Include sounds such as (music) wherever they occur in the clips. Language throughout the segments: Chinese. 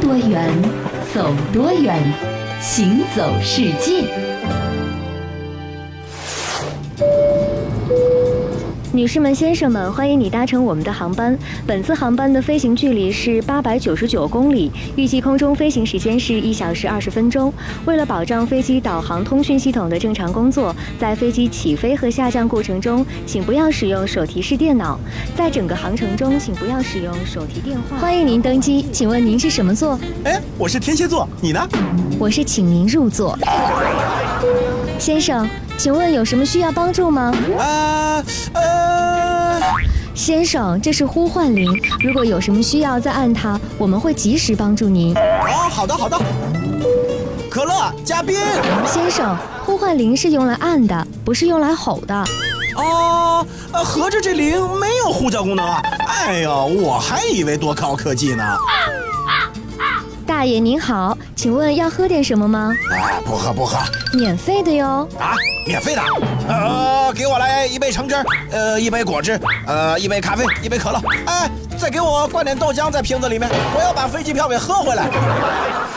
多远，走多远，行走世界。女士们、先生们，欢迎你搭乘我们的航班。本次航班的飞行距离是八百九十九公里，预计空中飞行时间是一小时二十分钟。为了保障飞机导航通讯系统的正常工作，在飞机起飞和下降过程中，请不要使用手提式电脑。在整个航程中，请不要使用手提电话。欢迎您登机，请问您是什么座？哎，我是天蝎座，你呢？我是请您入座。先生，请问有什么需要帮助吗？啊，呃，先生，这是呼唤铃，如果有什么需要再按它，我们会及时帮助您。啊，好的好的。可乐，嘉宾。先生，呼唤铃是用来按的，不是用来吼的。啊，呃合着这铃没有呼叫功能啊？哎呀，我还以为多高科技呢。大爷您好，请问要喝点什么吗？哎，不喝不喝免费的哟。啊，免费的。呃，给我来一杯橙汁儿，呃，一杯果汁，呃，一杯咖啡，一杯可乐。哎，再给我灌点豆浆在瓶子里面，我要把飞机票给喝回来。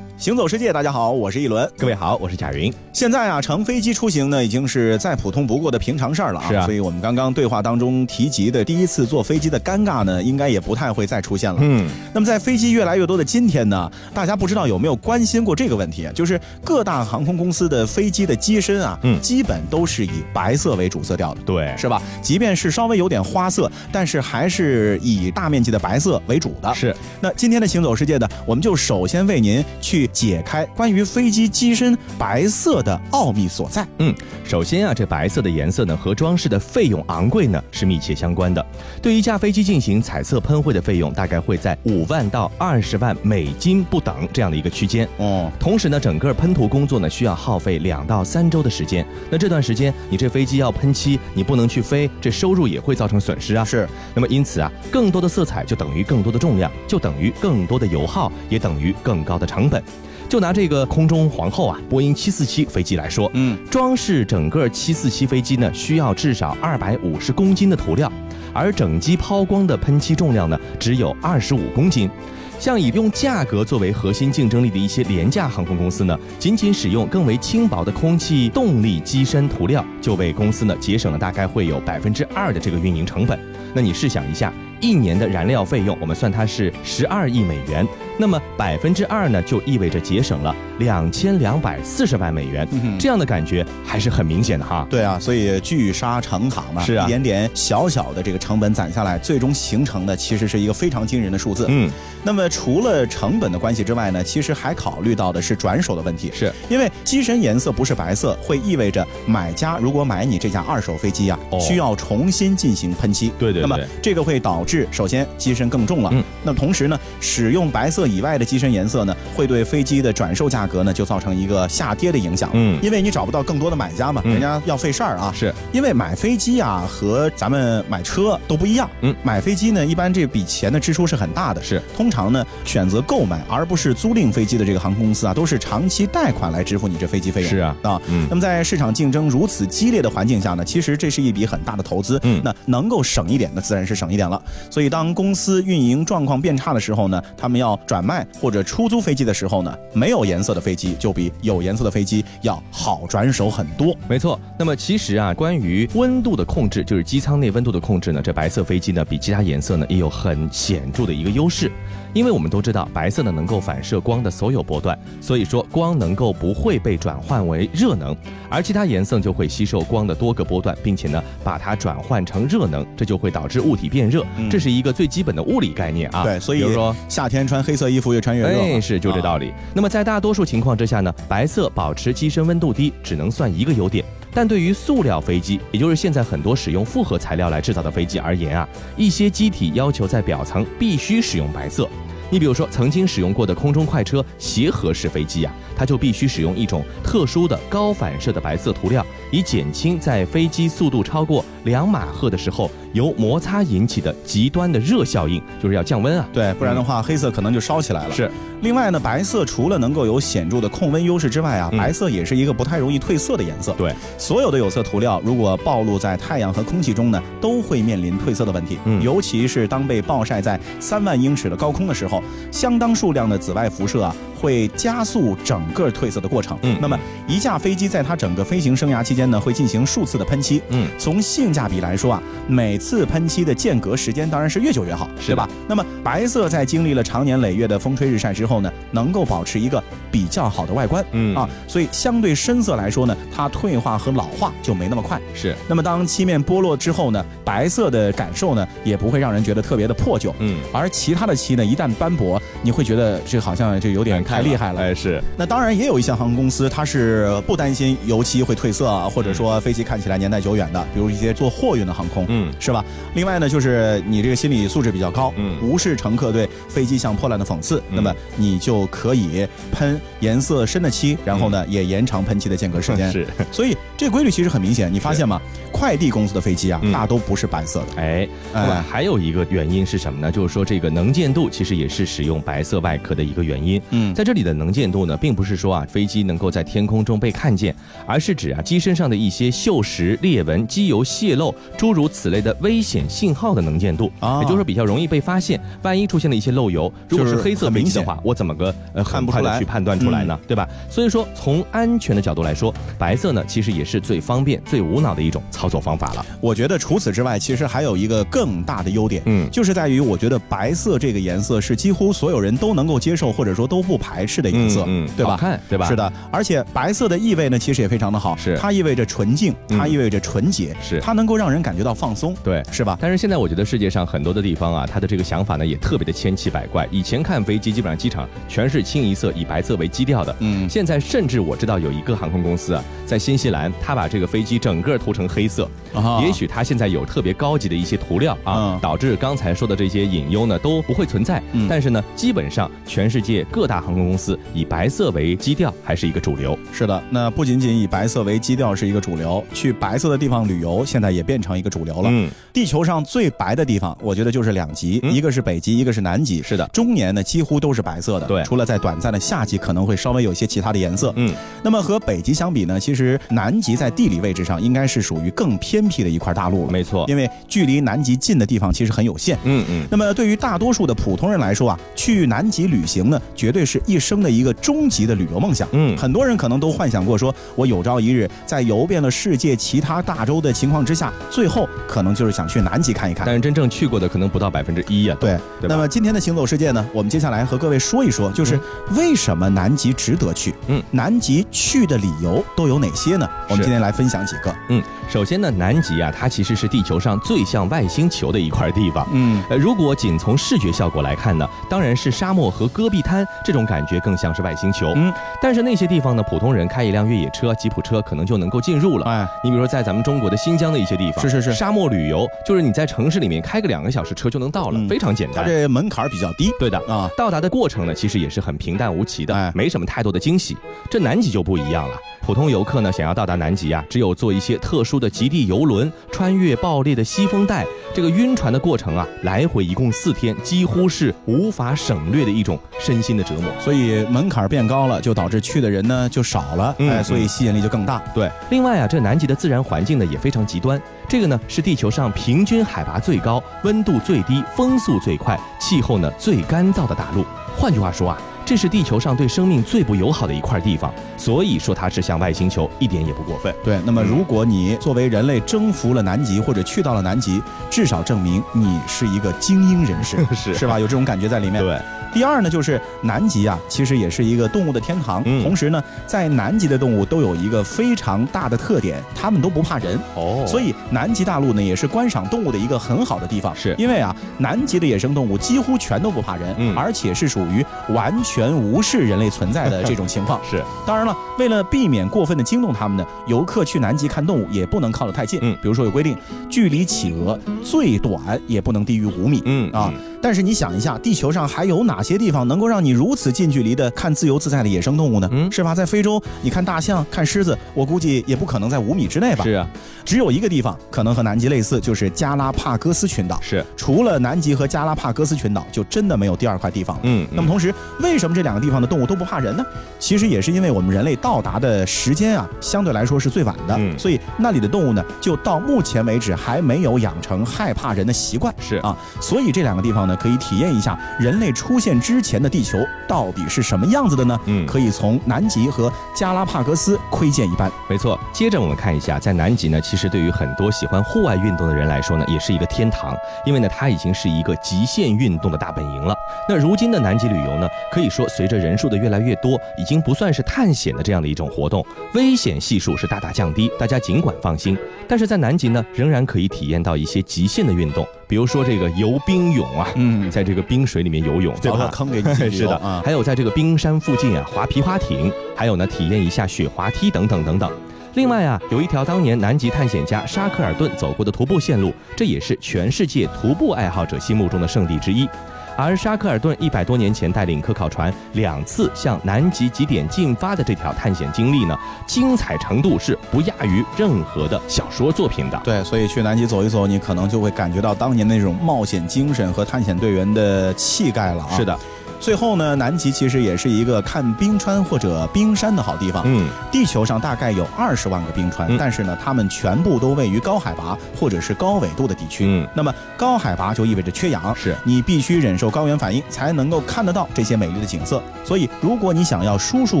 行走世界，大家好，我是一轮。各位好，我是贾云。现在啊，乘飞机出行呢，已经是再普通不过的平常事儿了啊。是啊所以我们刚刚对话当中提及的第一次坐飞机的尴尬呢，应该也不太会再出现了。嗯，那么在飞机越来越多的今天呢，大家不知道有没有关心过这个问题，就是各大航空公司的飞机的机身啊，嗯基本都是以白色为主色调的。对，是吧？即便是稍微有点花色，但是还是以大面积的白色为主的。是那今天的行走世界呢，我们就首先为您去解开关于飞机机身白色的奥秘所在。嗯，首先啊，这白色的颜色呢和装饰的费用昂贵呢是密切相关的。对一架飞机进行彩色喷绘的费用大概会在五万到二十万美金不等这样的一个区间。哦，同时呢，整个喷涂工作呢需要耗费两到三周的时间。那这段时间，你这飞机要喷漆，你不能去飞，这收入也会造成损失啊。是。那么因此啊，更多的色彩就等于更多的重量，就等于更多的油耗，也等于更高的成本。就拿这个空中皇后啊，波音747飞机来说，嗯，装饰整个747飞机呢，需要至少二百五十公斤的涂料，而整机抛光的喷漆重量呢，只有二十五公斤。像以用价格作为核心竞争力的一些廉价航空公司呢，仅仅使用更为轻薄的空气动力机身涂料，就为公司呢节省了大概会有百分之二的这个运营成本。那你试想一下，一年的燃料费用，我们算它是十二亿美元，那么百分之二呢，就意味着节省了两千两百四十万美元。这样的感觉还是很明显的哈。对啊，所以聚沙成塔嘛，是啊一点点小小的这个成本攒下来，最终形成的其实是一个非常惊人的数字。嗯，那么除了成本的关系之外呢，其实还考虑到的是转手的问题，是因为机身颜色不是白色，会意味着买家如果买你这架二手飞机呀、哦需要重新进行喷漆。对对对那么这个会导致，首先机身更重了，嗯那么同时呢，使用白色以外的机身颜色呢，会对飞机的转售价格呢就造成一个下跌的影响。嗯因为你找不到更多的买家嘛，嗯人家要费事儿啊。是因为买飞机啊和咱们买车都不一样，嗯买飞机呢一般这笔钱的支出是很大的，是通常呢选择购买而不是租赁飞机的这个航空公司啊，都是长期贷款来支付你这飞机费用，是啊啊，嗯那么在市场竞争如此激烈的环境下呢，其实这是一笔很大的投资，嗯那能够省一点的自然是省一点了，所以当公司运营状况变差的时候呢，他们要转卖或者出租飞机的时候呢，没有颜色的飞机就比有颜色的飞机要好转手很多，没错，那么其实啊，关于温度的控制，就是机舱内温度的控制呢，这白色飞机呢比其他颜色呢也有很显著的一个优势，因为我们都知道白色呢能够反射光的所有波段，所以说光能够不会被转换为热能，而其他颜色就会吸收光的多个波段，并且呢把它转换成热能，这就会导致物体变热，嗯这是一个最基本的物理概念啊。对，所以比如说夏天穿黑色衣服越穿越热嘛，哎，是就这道理。理。那么在大多数情况之下呢，白色保持机身温度低，只能算一个优点。但对于塑料飞机，也就是现在很多使用复合材料来制造的飞机而言啊，一些机体要求在表层必须使用白色。你比如说，曾经使用过的空中快车啊协和式飞机呀、它就必须使用一种特殊的高反射的白色涂料，以以减轻在飞机速度超过两马赫的时候由摩擦引起的极端的热效应，就是要降温啊。对，不然的话，黑色可能就烧起来了。是。另外呢，白色除了能够有显著的控温优势之外啊，嗯白色也是一个不太容易褪色的颜色。对，所有的有色涂料如果暴露在太阳和空气中呢，都会面临褪色的问题。嗯尤其是当被暴晒在三万英尺的高空的时候，相当数量的紫外辐射啊，会加速整个褪色的过程。嗯那么一架飞机在它整个飞行生涯期间呢，会进行数次的喷漆。嗯从性价比来说啊，每次喷漆的间隔时间当然是越久越好，是的对吧？那么白色在经历了长年累月的风吹日晒之后呢，能够保持一个比较好的外观。嗯啊，所以相对深色来说呢，它退化和老化就没那么快。是，那么当漆面剥落之后呢，白色的感受呢，也不会让人觉得特别的破旧。嗯，而其他的漆呢，一旦斑驳，你会觉得这好像这有点太厉害了。哎，是，那当然，也有一些航空公司它是不担心油漆会褪色啊，或者说飞机看起来年代久远的，比如一些做货运的航空，嗯是吧？另外呢，就是你这个心理素质比较高，嗯无视乘客对飞机像破烂的讽刺，嗯那么你就可以喷颜色深的漆，然后呢、也延长喷漆的间隔时间。嗯 (laughs) 是，所以这规律其实很明显，你发现吗？快递公司的飞机啊，嗯大都不是白色的。哎，那么哎还有一个原因是什么呢？就是说这个能见度其实也是使用白色外壳的一个原因。嗯在这里的能见度呢，并不是说啊飞机能够在天空中被看见，而是指啊机身上的一些锈蚀、裂纹、机油泄漏诸如此类的危险信号的能见度，啊也就是说比较容易被发现。万一出现了一些漏油，如果就是是黑色很飞明机的显话，我怎么个呃看很不快出的来嗯去判断出来呢？对吧？所以说从安全的角度来说，白色呢其实也是最方便、最无脑的一种操作方法了。我觉得除此之外，其实还有一个更大的优点，嗯就是在于我觉得白色这个颜色是几乎所有人都能够接受，或者说都不排斥的颜色，嗯嗯对好吧？看对吧？是。的，而且白色的意味呢，其实也非常的好，是它意味着纯净，嗯它意味着纯洁，是它能够让人感觉到放松，啊对是吧？但是现在我觉得世界上很多的地方啊，他的这个想法呢也特别的千奇百怪。以前看飞机，基本上机场全是清一色以白色为基调的。嗯现在甚至我知道有一个航空公司啊，在新西兰，他把这个飞机整个涂成黑色。啊也许它现在有特别高级的一些涂料啊，嗯导致刚才说的这些隐忧呢都不会存在。嗯但是呢，基本上全世界各大航空公司以白色为基调还是一个主流。是的，那不仅仅以白色为基调是一个主流，去白色的地方旅游现在也变成一个主流了。嗯，地球上最白的地方，我觉得就是两极，嗯一个是北极，一个是南极。是的中年呢几乎都是白色的，对除了在短暂的夏季可能会稍微有一些其他的颜色。嗯，那么和北极相比呢，其实南极在地理位置上应该是属于更偏僻的一块大陆了，没错。因为距离南极近的地方其实很有限。嗯嗯，那么对于大多数的普通人来说啊，去南极旅行呢，绝对是一生的一个终极的旅游梦想。嗯很多人可能都幻想过说，我有朝一日在游遍了世界其他大洲的情况之下，最后可能就是想去南极看一看但。是真正去过的可能不到百分之一啊呀。对，对吧那么今天的行走世界呢，我们接下来和各位说一说，就是为什么南极值得去？嗯，南极去的理由都有哪些呢？我们是今天来分享几个。嗯，首先呢，南极啊，它其实是地球上最像外星球的一块地方。嗯，呃，如果仅从视觉效果来看呢，当然是沙漠和戈壁滩这种感觉更像是外星球。嗯，但是那些地方呢，普通人开一辆越野车、吉普车可能就能够进入了。哎，你比如说，在咱们中国的新疆的一些地方，是是是沙漠旅游就是你在城市里面开个两个小时车就能到了，嗯非常简它单。这门槛儿比较低。对的啊，到达的过程呢，其实也是很平淡无奇的，哎没什么太多的惊喜。这南极就不一样了。普通游客呢，想要到达南极啊，只有坐一些特殊的极地游轮，穿越爆裂的西风带。这个晕船的过程啊，来回一共四天，几乎是无法省略的一种身心的折磨。所以门槛儿变高了，就导致去的人呢就少了，嗯哎，所以吸引力就更大。对，另外啊，这南极的自然环境呢也非常极端。这个呢是地球上平均海拔最高、温度最低、风速最快、气候呢最干燥的大陆。换句话说啊，这是地球上对生命最不友好的一块地方。所以说它是像外星球，一点也不过分。对，那么嗯如果你作为人类征服了南极或者去到了南极，至少证明你是一个精英人士， (laughs) 是是吧？有这种感觉在里面。对，第二呢，就是南极啊，其实也是一个动物的天堂。嗯同时呢，在南极的动物都有一个非常大的特点，它们都不怕人。哦所以南极大陆呢，也是观赏动物的一个很好的地方，是因为啊，南极的野生动物几乎全都不怕人，嗯。而且是属于完全无视人类存在的这种情况是当然了，为了避免过分的惊动它们呢，游客去南极看动物也不能靠得太近，嗯比如说有规定，距离企鹅最短也不能低于五米，嗯啊嗯，但是你想一下，地球上还有哪些地方能够让你如此近距离的看自由自在的野生动物呢？嗯是吧？在非洲，你看大象、看狮子，我估计也不可能在五米之内吧。是啊，只有一个地方可能和南极类似，就是加拉帕戈斯群岛。是，除了南极和加拉帕戈斯群岛，就真的没有第二块地方了。嗯，那么同时，为什么这两个地方的动物都不怕人呢？其实也是因为我们人类到达的时间啊，相对来说是最晚的，嗯所以那里的动物呢，就到目前为止还没有养成害怕人的习惯。嗯是啊，所以这两个地方呢，可以体验一下人类出现之前的地球到底是什么样子的呢？嗯可以从南极和加拉帕戈斯窥见一斑。没错，接着我们看一下，在南极呢，其实对于很多喜欢户外运动的人来说呢，也是一个天堂，因为呢，它已经是一个极限运动的大本营了。那如今的南极旅游呢，可以说随着人数的越来越多，已经不算是探险的这样的一种活动，危险系数是大大降低，大家尽管放心。但是在南极呢，仍然可以体验到一些极限的运动，比如说这个游冰泳啊，嗯，在这个冰水里面游泳，凿好吧个坑给你 (laughs) 进去是游的，啊。还有在这个冰山附近啊，滑皮划艇，还有呢，体验一下雪滑梯等等等等。另外啊，有一条当年南极探险家沙克尔顿走过的徒步线路，这也是全世界徒步爱好者心目中的圣地之一。而沙克尔顿一百多年前带领科考船两次向南极极点进发的这条探险经历呢，精彩程度是不亚于任何的小说作品的。对，所以去南极走一走，你可能就会感觉到当年那种冒险精神和探险队员的气概了啊。是。的，最后呢，南极其实也是一个看冰川或者冰山的好地方。嗯，地球上大概有二十万个冰川，嗯但是呢，它们全部都位于高海拔或者是高纬度的地区。嗯那么高海拔就意味着缺氧，是你必须忍受高原反应才能够看得到这些美丽的景色。所以，如果你想要舒舒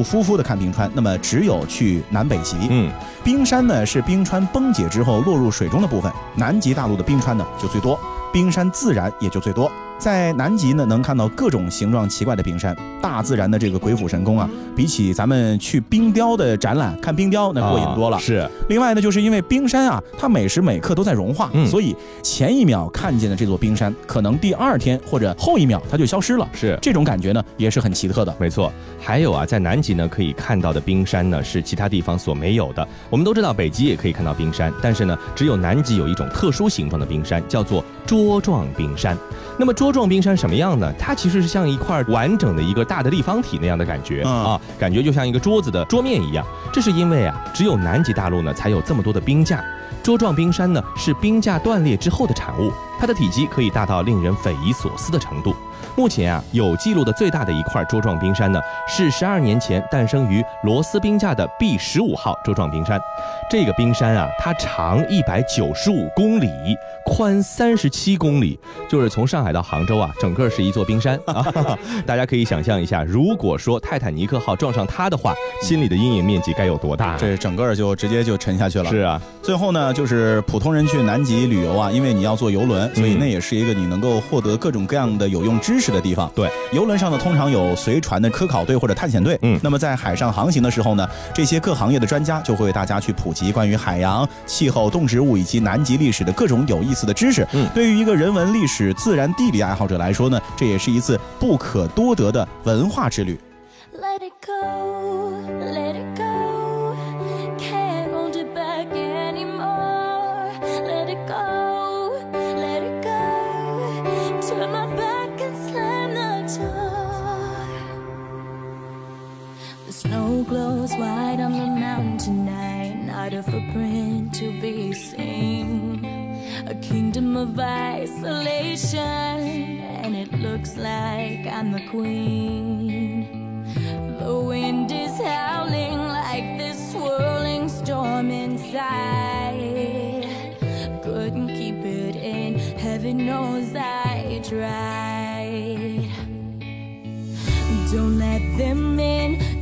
服服的看冰川，那么只有去南北极。嗯，冰山呢是冰川崩解之后落入水中的部分，南极大陆的冰川呢就最多，冰山自然也就最多。在南极呢，能看到各种形状奇怪的冰山，大自然的这个鬼斧神工啊，比起咱们去冰雕的展览看冰雕，那过瘾多了。啊是，另外呢，就是因为冰山啊，它每时每刻都在融化，嗯所以前一秒看见的这座冰山，可能第二天或者后一秒它就消失了。是。这种感觉呢，也是很奇特的。没错，还有啊，在南极呢可以看到的冰山呢是其他地方所没有的。我们都知道北极也可以看到冰山，但是呢，只有南极有一种特殊形状的冰山，叫做桌状冰山。那么桌状冰山什么样呢？它其实是像一块完整的一个大的立方体那样的感觉、嗯啊，感觉就像一个桌子的桌面一样。这是因为啊，只有南极大陆呢才有这么多的冰架。桌状冰山呢是冰架断裂之后的产物，它的体积可以大到令人匪夷所思的程度。目前啊，有记录的最大的一块桌状冰山呢，是十二年前诞生于罗斯冰架的 B 十五号桌状冰山。这个冰山啊，它长一百九十五公里，宽三十七公里，就是从上海到杭州啊，整个是一座冰山 (laughs) 啊。大家可以想象一下，如果说泰坦尼克号撞上它的话，心里的阴影面积该有多大啊？这整个就直接就沉下去了。是啊，最后呢，就是普通人去南极旅游啊，因为你要坐游轮，嗯所以那也是一个你能够获得各种各样的有用知识的地方。对，游轮上呢通常有随船的科考队或者探险队。嗯那么在海上航行的时候呢，这些各行业的专家就会为大家去普及关于海洋、气候、动植物以及南极历史的各种有意思的知识。嗯对于一个人文、历史、自然、地理爱好者来说呢，这也是一次不可多得的文化之旅。 Let it go, let it go. Can't hold it back anymore. Let it go, let it go. Turn my back and slam the door. The snow glows white on the mountain tonight. Not a footprint to be seen. A kingdom of isolation, and it looks like I'm the queen. The wind is howling like this swirling storm inside. Couldn't keep it in, heaven knows I tried. Don't let them in,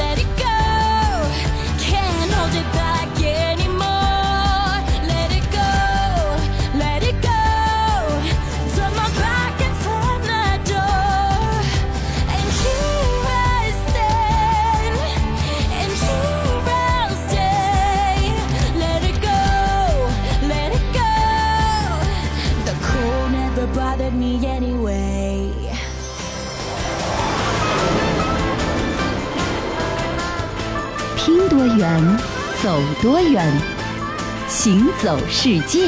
let it go. Can't hold it back anymore. Let it go, let it go. Turn my back and slam the door. And here I stand, and here I'll stay. Let it go, let it go. The cold never bothered me. me anyway. 拼多远，走多远，行走世界。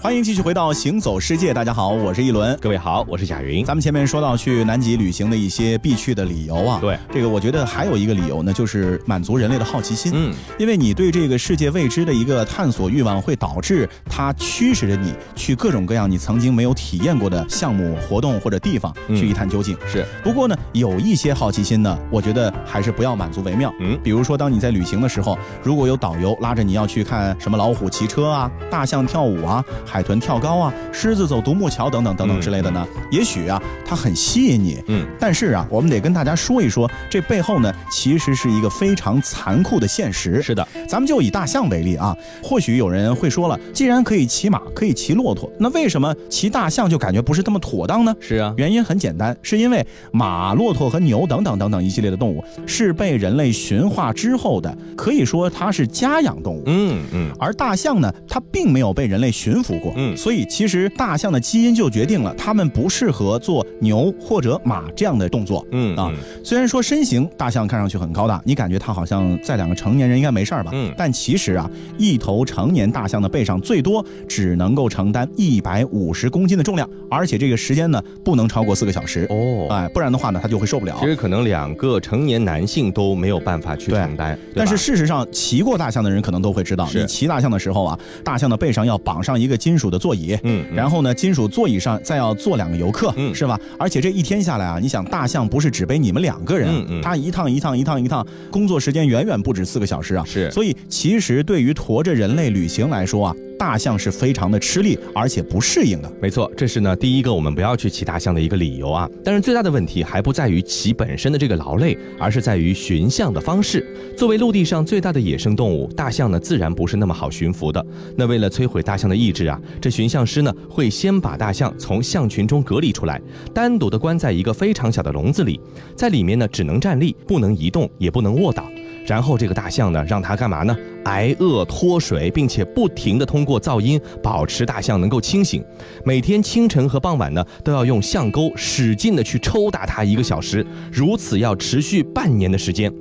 欢迎继续回到《行走世界》，大家好，我是一轮。各位好，我是贾云。咱们前面说到去南极旅行的一些必去的理由啊，对这个我觉得还有一个理由呢，就是满足人类的好奇心。嗯，因为你对这个世界未知的一个探索欲望，会导致它驱使着你去各种各样你曾经没有体验过的项目、活动或者地方嗯去一探究竟。是，不过呢，有一些好奇心呢，我觉得还是不要满足为妙。嗯比如说，当你在旅行的时候，如果有导游拉着你要去看什么老虎骑车啊、大象跳舞啊、海豚跳高啊、狮子走独木桥等等等等之类的呢，也许啊，它很吸引你。嗯，但是啊，我们得跟大家说一说，这背后呢，其实是一个非常残酷的现实。是的，咱们就以大象为例啊，或许有人会说了，既然可以骑马，可以骑骆驼，那为什么骑大象就感觉不是这么妥当呢？是啊，原因很简单，是因为马、骆驼和牛等等等等一系列的动物是被人类驯化之后的，可以说它是家养动物。嗯嗯，而大象呢，它并没有被人类驯服过，嗯所以其实大象的基因就决定了它们不适合做牛或者马这样的动作，嗯啊嗯，虽然说身形大象看上去很高大，你感觉它好像在两个成年人应该没事儿吧？嗯但其实啊，一头成年大象的背上最多只能够承担一百五十公斤的重量，而且这个时间呢不能超过四个小时。哦，哎，不然的话呢，它就会受不了。其实可能两个成年男性都没有办法去对承担，对但吧是事实上，骑过大象的人可能都会知道，是你骑大象的时候啊，大象的背上要绑上一个金属的座椅，嗯嗯然后呢，金属座椅上再要坐两个游客，嗯是吧？而且这一天下来啊，你想大象不是只背你们两个人，嗯嗯它一趟一趟一趟一趟，工作时间远远不止四个小时啊。是所以其实对于驮着人类旅行来说啊，大象是非常的吃力，而且不适应的。没错，这是呢第一个我们不要去骑大象的一个理由啊。但是最大的问题还不在于骑本身的这个劳累，而是在于驯象的方式。作为陆地上最大的野生动物，大象呢自然不是那么好驯服的。那为了摧毁大象的意志啊，这驯象师呢会先把大象从象群中隔离出来，单独的关在一个非常小的笼子里，在里面呢只能站立，不能移动，也不能卧倒。然后这个大象呢，让它干嘛呢？挨饿脱水，并且不停地通过噪音保持大象能够清醒。每天清晨和傍晚呢，都要用象钩使劲地去抽打它一个小时，如此要持续半年的时间。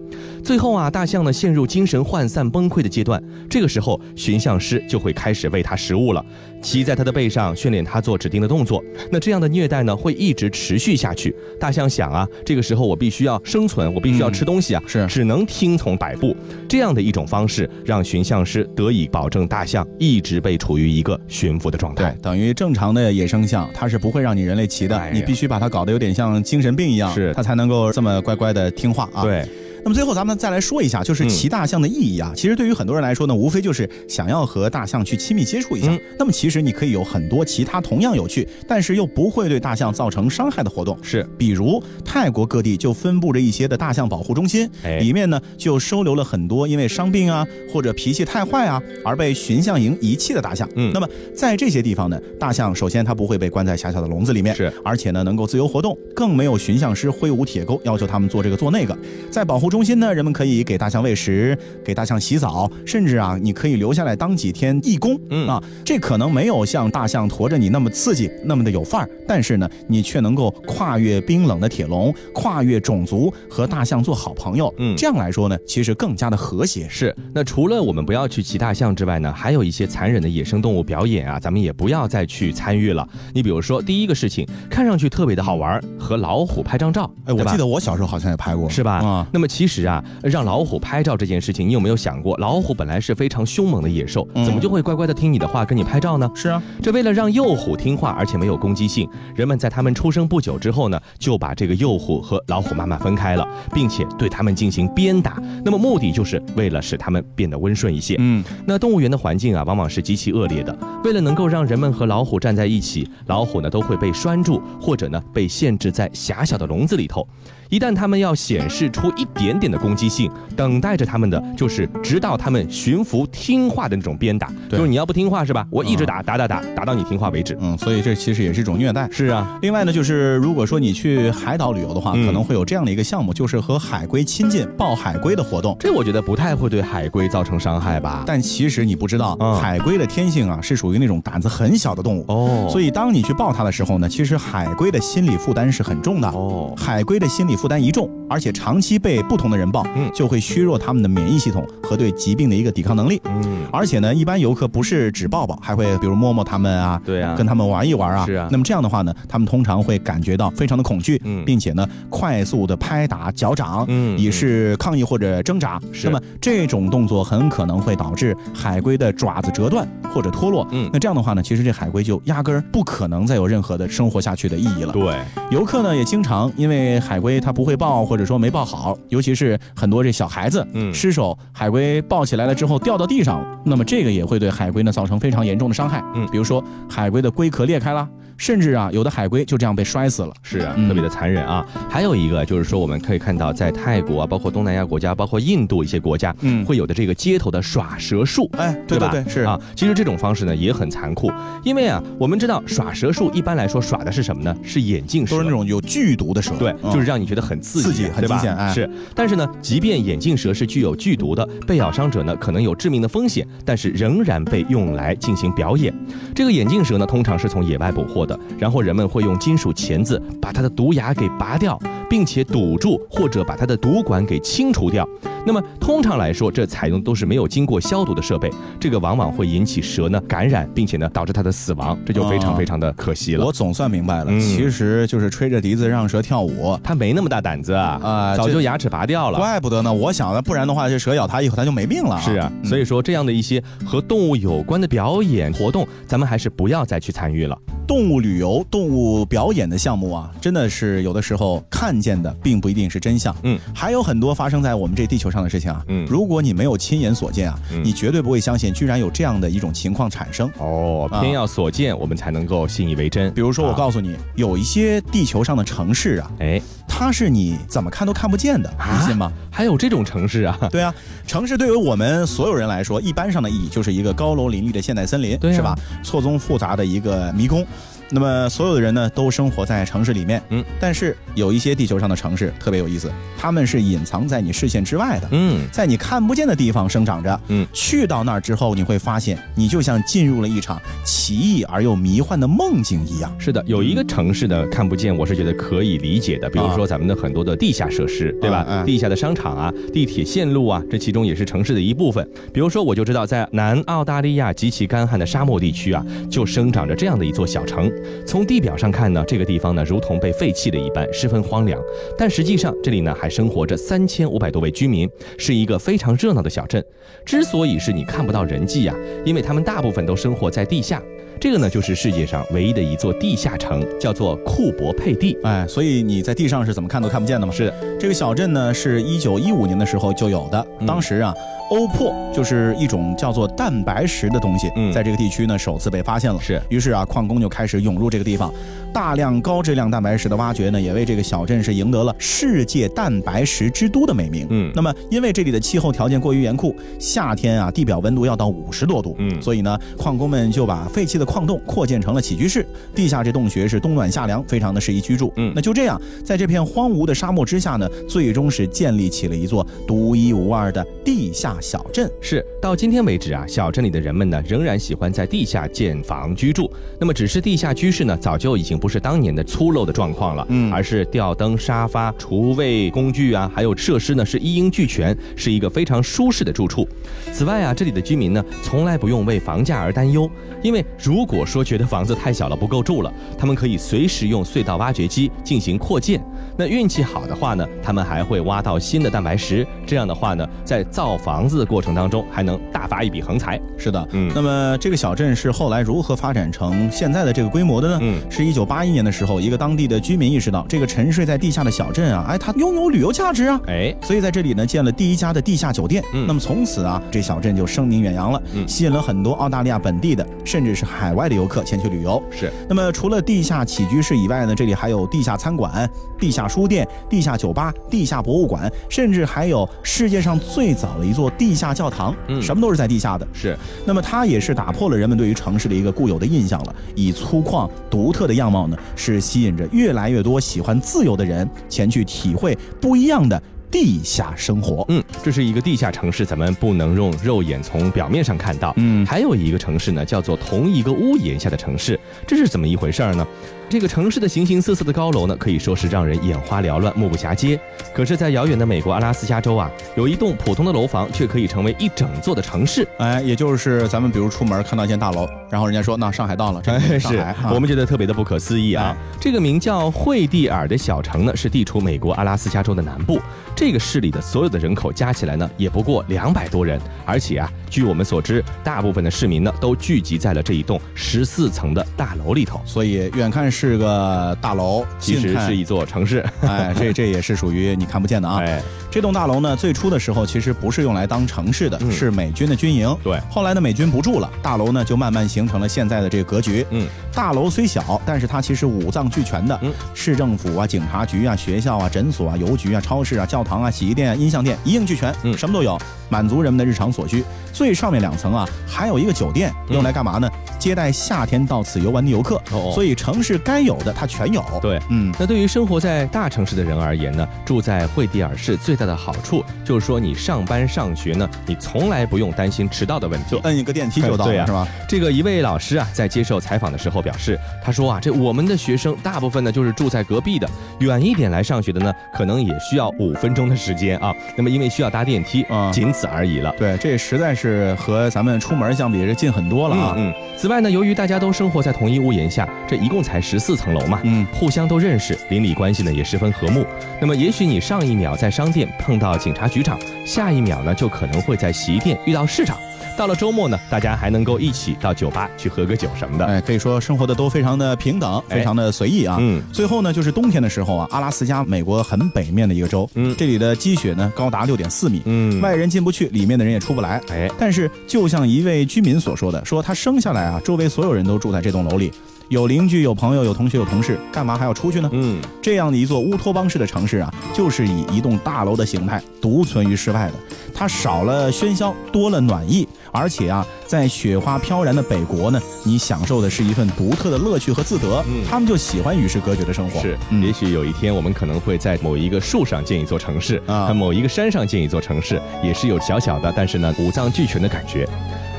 最后啊，大象呢陷入精神涣散崩溃的阶段，这个时候驯象师就会开始喂它食物了，骑在它的背上训练它做指定的动作。那这样的虐待呢，会一直持续下去。大象想啊，这个时候我必须要生存，我必须要嗯吃东西啊，是只能听从摆布。这样的一种方式，让驯象师得以保证大象一直被处于一个驯服的状态对。，哎等于正常的野生象，它是不会让你人类骑的，哎呀你必须把它搞得有点像精神病一样，是它才能够这么乖乖的听话啊。。对，那么最后咱们再来说一下，就是嗯骑大象的意义啊。其实对于很多人来说呢，无非就是想要和大象去亲密接触一下。嗯那么其实你可以有很多其他同样有趣，但是又不会对大象造成伤害的活动。是。比如泰国各地就分布着一些的大象保护中心，哎里面呢就收留了很多因为伤病啊或者脾气太坏啊而被巡象营遗弃的大象。嗯那么在这些地方呢，大象首先它不会被关在狭小的笼子里面，是，而且呢能够自由活动，更没有巡象师挥舞铁钩要求他们做这个做那个。在保护中心呢，人们可以给大象喂食，给大象洗澡，甚至啊你可以留下来当几天义工。嗯啊，这可能没有像大象驮着你那么刺激，那么的有范儿，但是呢，你却能够跨越冰冷的铁笼，跨越种族，和大象做好朋友。嗯这样来说呢，其实更加的和谐。是，那除了我们不要去骑大象之外呢，还有一些残忍的野生动物表演啊，咱们也不要再去参与了。你比如说，第一个事情看上去特别的好玩儿，和老虎拍张照，哎，我对吧记得我小时候好像也拍过，是吧？啊、那么其实啊，让老虎拍照这件事情，你有没有想过，老虎本来是非常凶猛的野兽，嗯怎么就会乖乖的听你的话，跟你拍照呢？是啊，这为了让幼虎听话，而且没有攻击性，人们在它们出生不久之后呢，就把这个幼虎和老虎妈妈分开了，并且对它们进行鞭打。那么目的就是为了使它们变得温顺一些。嗯，那动物园的环境啊，往往是极其恶劣的。为了能够让人们和老虎站在一起，老虎呢都会被拴住，或者呢被限制在狭小的笼子里头。一旦它们要显示出一点点点的攻击性，等待着他们的就是直到他们驯服听话的那种鞭打，对就是你要不听话是吧？我一直打打打打打到你听话为止。嗯，所以这其实也是一种虐待。是啊，另外呢，就是如果说你去海岛旅游的话，嗯可能会有这样的一个项目，就是和海龟亲近、抱海龟的活动。这我觉得不太会对海龟造成伤害吧？但其实你不知道，嗯海龟的天性啊是属于那种胆子很小的动物，哦，所以以当你去抱它的时候呢，其实海龟的心理负担是很重的。哦，海龟的心理负担一重，而且长期被不同的人抱，嗯就会削弱它们的免疫系统和对疾病的一个抵抗能力。嗯，而且呢，一般游客不是只抱抱，还会比如摸摸它们啊，对啊，跟他们玩一玩啊。是啊那么这样的话呢，他们通常会感觉到非常的恐惧，嗯并且呢，快速的拍打脚掌，嗯以示抗议或者挣扎。是那么这种动作很可能会导致海龟的爪子折断或者脱落。嗯那这样的话呢，其实这海龟就压根儿不可能再有任何的生活下去的意义了。对，游客呢也经常因为海龟它不会抱，或者说没抱好，尤其是很多这小孩子，嗯失手海龟抱起来了之后掉到地上，那么这个也会对海龟呢造成非常严重的伤害，嗯比如说海龟的龟壳裂开啦，甚至啊有的海龟就这样被摔死了。是啊，嗯特别的残忍啊。还有一个就是说，我们可以看到，在泰国啊，包括东南亚国家，包括印度一些国家，嗯会有的这个街头的耍蛇术。哎，对吧？对，是啊，其实这种方式呢也很残酷，因为啊，我们知道耍蛇术一般来说耍的是什么呢？是眼镜蛇，都是那种有剧毒的蛇，对，嗯就是让你觉得很刺激，刺激很对吧惊险哎是，但是呢，即便眼镜蛇是具有剧毒的，被咬伤者呢可能有致命的风险，但是仍然被用来进行表演。这个眼镜蛇呢，通常是从野外捕获的，然后人们会用金属钳子把它的毒牙给拔掉，并且堵住或者把它的毒管给清除掉。那么通常来说，这采用都是没有经过消毒的设备，这个往往会引起蛇呢感染，并且呢导致它的死亡，这就非常哦非常的可惜了。我总算明白了，嗯其实就是吹着笛子让蛇跳舞。它没那么大胆子啊，啊早这就牙齿拔掉了。怪不得呢，我想呢，不然的话，这蛇咬它一口，它就没病了。是啊，嗯所以说这样的一些和动物有关的表演活动，咱们还是不要再去参与了。动物旅游、动物表演的项目啊，真的是有的时候看见的并不一定是真相。嗯，还有很多发生在我们这地球上的事情啊。嗯如果你没有亲眼所见啊，嗯你绝对不会相信居然有这样的一种情况产生。哦偏要所见，我们才能够信以为真。啊比如说，我啊，告诉你，有一些地球上的城市啊，哎，它是你怎么看都看不见的，啊你信吗？还有这种城市啊？对啊，城市对于我们所有人来说，一般上的意义就是一个高楼林立的现代森林，对啊是吧？错综复杂的一个迷宫。那么所有的人呢，都生活在城市里面，嗯，但是有一些地球上的城市特别有意思，他们是隐藏在你视线之外的，嗯，在你看不见的地方生长着，嗯去到那儿之后，你会发现，你就像进入了一场奇异而又迷幻的梦境一样。是的，有一个城市的看不见，我是觉得可以理解的。比如啊说咱们的很多的地下设施，对吧？嗯嗯地下的商场啊，地铁线路啊，这其中也是城市的一部分。比如说，我就知道在南澳大利亚极其干旱的沙漠地区啊，就生长着这样的一座小城。从地表上看呢，这个地方呢如同被废弃的一般，十分荒凉。但实际上，这里呢还生活着三千五百多位居民，是一个非常热闹的小镇。之所以是你看不到人迹呀、因为他们大部分都生活在地下。这个呢，就是世界上唯一的一座地下城，叫做库珀佩蒂。哎，所以你在地上是怎么看都看不见的嘛。是的，这个小镇呢，是一九一五年的时候就有的。嗯当时啊，欧珀就是一种叫做蛋白石的东西，嗯在这个地区呢首次被发现了。是于是啊，矿工就开始涌入这个地方，大量高质量蛋白石的挖掘呢，也为这个小镇是赢得了“世界蛋白石之都”的美名。嗯那么因为这里的气候条件过于严酷，夏天啊地表温度要到五十多度，嗯所以呢，矿工们就把废弃的矿洞扩建成了起居室，地下这洞穴是冬暖夏凉，非常的适宜居住。嗯那就这样，在这片荒芜的沙漠之下呢，最终是建立起了一座独一无二的地下小镇。是到今天为止啊，小镇里的人们呢，仍然喜欢在地下建房居住。那么，只是地下居室呢，早就已经不是当年的粗陋的状况了，嗯而是吊灯、沙发、厨卫工具啊，还有设施呢，是一应俱全，是一个非常舒适的住处。此外啊，这里的居民呢，从来不用为房价而担忧，因为如果说觉得房子太小了不够住了，他们可以随时用隧道挖掘机进行扩建。那运气好的话呢，他们还会挖到新的蛋白石，这样的话呢，在造房房子的过程当中，还能大发一笔横财。是的，嗯那么这个小镇是后来如何发展成现在的这个规模的呢？嗯是一九八一年的时候，一个当地的居民意识到，这个沉睡在地下的小镇啊，哎，它拥有旅游价值啊。哎，所以在这里呢，建了第一家的地下酒店。嗯那么从此啊，这小镇就声名远扬了，嗯吸引了很多澳大利亚本地的，甚至是海外的游客前去旅游。是，那么除了地下起居室以外呢，这里还有地下餐馆、地下书店、地下酒吧、地下博物馆，甚至还有世界上最早的一座地下教堂，嗯什么都是在地下的。是，那么它也是打破了人们对于城市的一个固有的印象了，以粗犷独特的样貌呢，是吸引着越来越多喜欢自由的人前去体会不一样的地下生活。嗯，这是一个地下城市，咱们不能用肉眼从表面上看到。嗯还有一个城市呢，叫做同一个屋檐下的城市，这是怎么一回事儿呢？这个城市的形形色色的高楼呢，可以说是让人眼花缭乱、目不暇接。可是，在遥远的美国阿拉斯加州啊，有一栋普通的楼房，却可以成为一整座的城市。哎，也就是咱们比如出门看到一间大楼，然后人家说那上海到了，这哎，个是上海，哎啊我们觉得特别的不可思议啊！这个名叫惠蒂尔的小城呢，是地处美国阿拉斯加州的南部。这个市里的所有的人口加起来呢，也不过两百多人，而且啊，据我们所知，大部分的市民呢都聚集在了这一栋十四层的大楼里头。所以远看是个大楼，其近实看是一座城市，哎，这这也是属于你看不见的啊。 (laughs) 哎，这栋大楼呢，最初的时候其实不是用来当城市的，嗯是美军的军营。对后来呢，美军不住了，大楼呢就慢慢形成了现在的这个格局。嗯，大楼虽小，但是它其实五脏俱全的，嗯市政府啊、警察局啊、学校啊、诊所啊、邮局啊、超市啊、教堂啊、洗衣店啊、音像店一应俱全，嗯什么都有，满足人们的日常所需。最上面两层啊，还有一个酒店，嗯用来干嘛呢？接待夏天到此游玩的游客。哦哦所以城市该有的它全有。，对。嗯。那对于生活在大城市的人而言呢，住在惠蒂尔市最大的好处就是说，你上班上学呢，你从来不用担心迟到的问题。摁一个电梯就 (laughs) 到对了，呀是吧？这个一位老师啊，在接受采访的时候表示，他说啊，这我们的学生大部分呢就是住在隔壁的，远一点来上学的呢，可能也需要五分钟的时间啊。 (laughs) 那么因为需要搭电梯，嗯仅此而已了。对，这实在是和咱们出门相比，这近很多了啊。嗯嗯。此外呢，由于大家都生活在同一屋檐下，这一共才十四层楼嘛，嗯互相都认识，邻里关系呢也十分和睦。那么，也许你上一秒在商店碰到警察局长，下一秒呢就可能会在洗衣店遇到市长。到了周末呢，大家还能够一起到酒吧去喝个酒什么的。哎，可以说生活的都非常的平等，嗯哎非常的随意啊。嗯最后呢，就是冬天的时候啊，阿拉斯加美国很北面的一个州，嗯这里的积雪呢高达六点四米，嗯外人进不去，里面的人也出不来。哎，但是就像一位居民所说的，说他生下来啊，周围所有人都住在这栋楼里，有邻居，有朋友，有同学，有同事，干嘛还要出去呢？嗯，这样的一座乌托邦式的城市啊，就是以一栋大楼的形态独存于世外的。它少了喧嚣，多了暖意，而且啊，在雪花飘然的北国呢，你享受的是一份独特的乐趣和自得。嗯他们就喜欢与世隔绝的生活。是，也嗯，许有一天我们可能会在某一个树上建一座城市，啊在某一个山上建一座城市，也是有小小的，但是呢五脏俱全的感觉。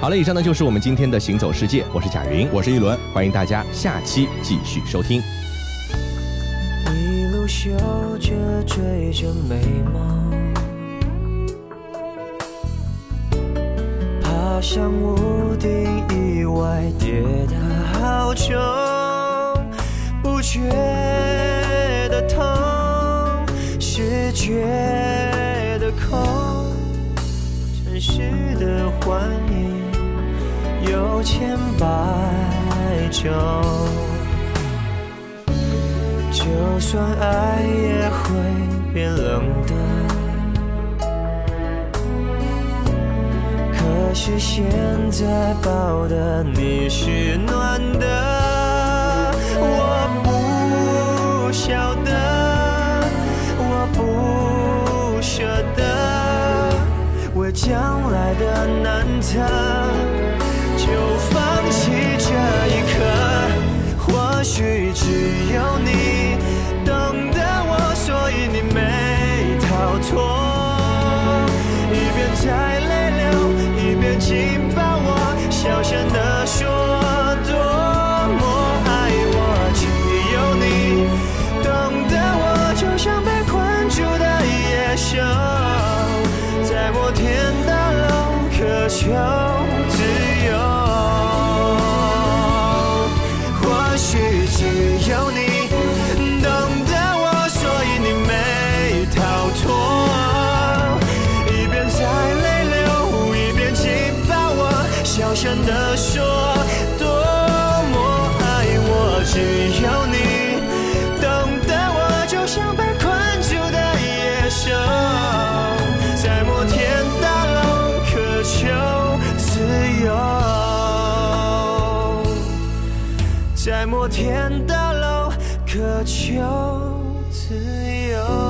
好了，以上呢就是我们今天的行走世界，我是贾云，我是一轮。欢迎大家下期继续收听。一路嗅觉追着美梦，爬向屋顶以外，跌打好久，不觉得痛，视觉的空，城市的幻影有千百种。就算爱也会变冷的。可是现在抱的你是暖的，我不晓得，我不舍得，为将来的难测。就放弃这一刻。或许只有你懂得我，所以你没逃脱。一边在泪流，一边紧抱我，小声地说多么爱我。只有你懂得我，就像被困住的野兽，在摩天大楼渴求。天的楼，渴求自由。